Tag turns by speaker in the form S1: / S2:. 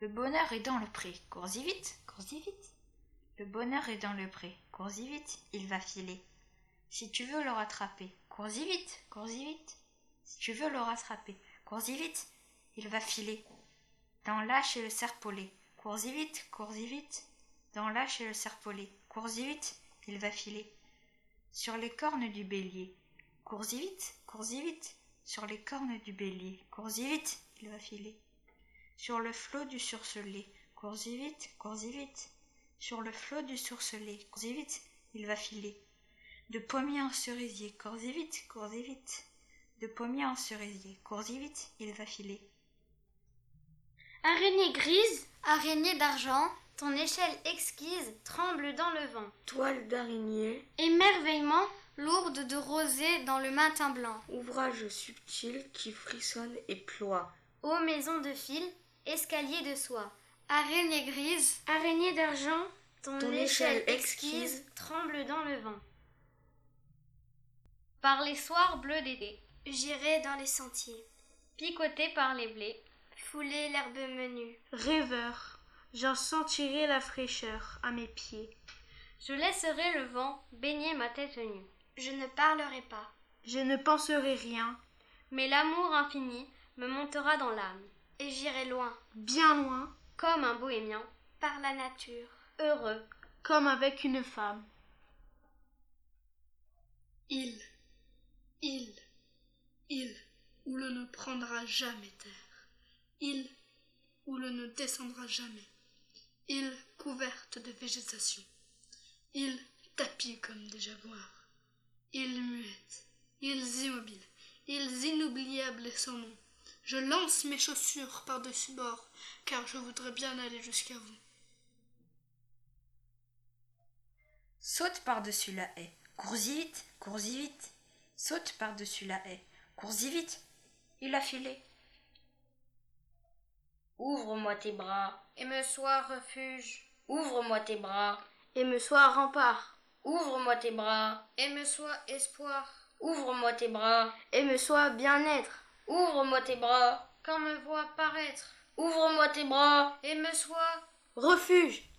S1: Le bonheur est dans le pré, cours-y vite.
S2: Cours-y vite.
S1: Le bonheur est dans le pré, cours-y vite, il va filer. Si tu veux le rattraper, cours-y vite, cours-y vite. Si tu veux le rattraper, cours-y vite, il va filer. Dans l'âche et le serpolet, cours-y vite, cours-y vite. Dans l'âche et le serpolet, cours-y vite, il va filer. Sur les cornes du bélier, cours-y vite, cours-y vite. Sur les cornes du bélier, cours-y vite, il va filer. Sur le flot du surcelé, cours-y vite, cours-y vite. Sur le flot du surcelé, cours-y vite, il va filer. De pommier en cerisier, cours-y vite, cours-y vite. De pommier en cerisier, cours-y vite, il va filer.
S2: Araignée grise,
S3: Araignée d'argent,
S2: ton échelle exquise tremble dans le vent.
S4: Toile d'araignée,
S2: Émerveillement,
S3: lourde de rosée dans le matin blanc.
S4: ouvrage subtil qui frissonne et ploie.
S2: ô maison de fil, escalier de soie.
S3: Araignée grise,
S2: Araignée d'argent, ton,
S4: Ton
S2: échelle
S4: échelle
S2: exquise,
S4: exquise
S2: tremble dans le vent. Par les soirs bleus d'été,
S3: j'irai dans les sentiers,
S2: picoté par les blés,
S3: fouler l'herbe menue.
S5: Rêveur, j'en sentirai la fraîcheur à mes pieds.
S2: je laisserai le vent baigner ma tête nue.
S3: Je ne parlerai pas.
S5: Je ne penserai rien,
S2: Mais l'amour infini me montera dans l'âme,
S3: Et j'irai loin,
S5: bien loin,
S2: comme un bohémien,
S3: par la nature.
S2: heureux.
S5: comme avec une femme.
S6: Il, il, il, où le ne prendra jamais terre. Il, où le ne descendra jamais. Île couverte de végétation. Île tapis comme des jaguars. Île muette, îles immobiles, îles inoubliables et sans nom. Je lance mes chaussures par-dessus bord, car je voudrais bien aller jusqu'à vous.
S1: Saute par-dessus la haie, cours-y vite, cours-y vite. Saute par-dessus la haie, cours-y vite, il a filé.
S7: Ouvre-moi tes bras,
S2: Et me sois refuge,
S7: ouvre-moi tes bras,
S5: Et me sois rempart,
S7: ouvre-moi tes bras,
S2: et me sois espoir.
S7: ouvre-moi tes bras,
S5: et me sois bien-être,
S7: ouvre-moi tes bras,
S2: Quand me vois paraître,
S7: ouvre-moi tes bras,
S2: et me sois
S5: refuge,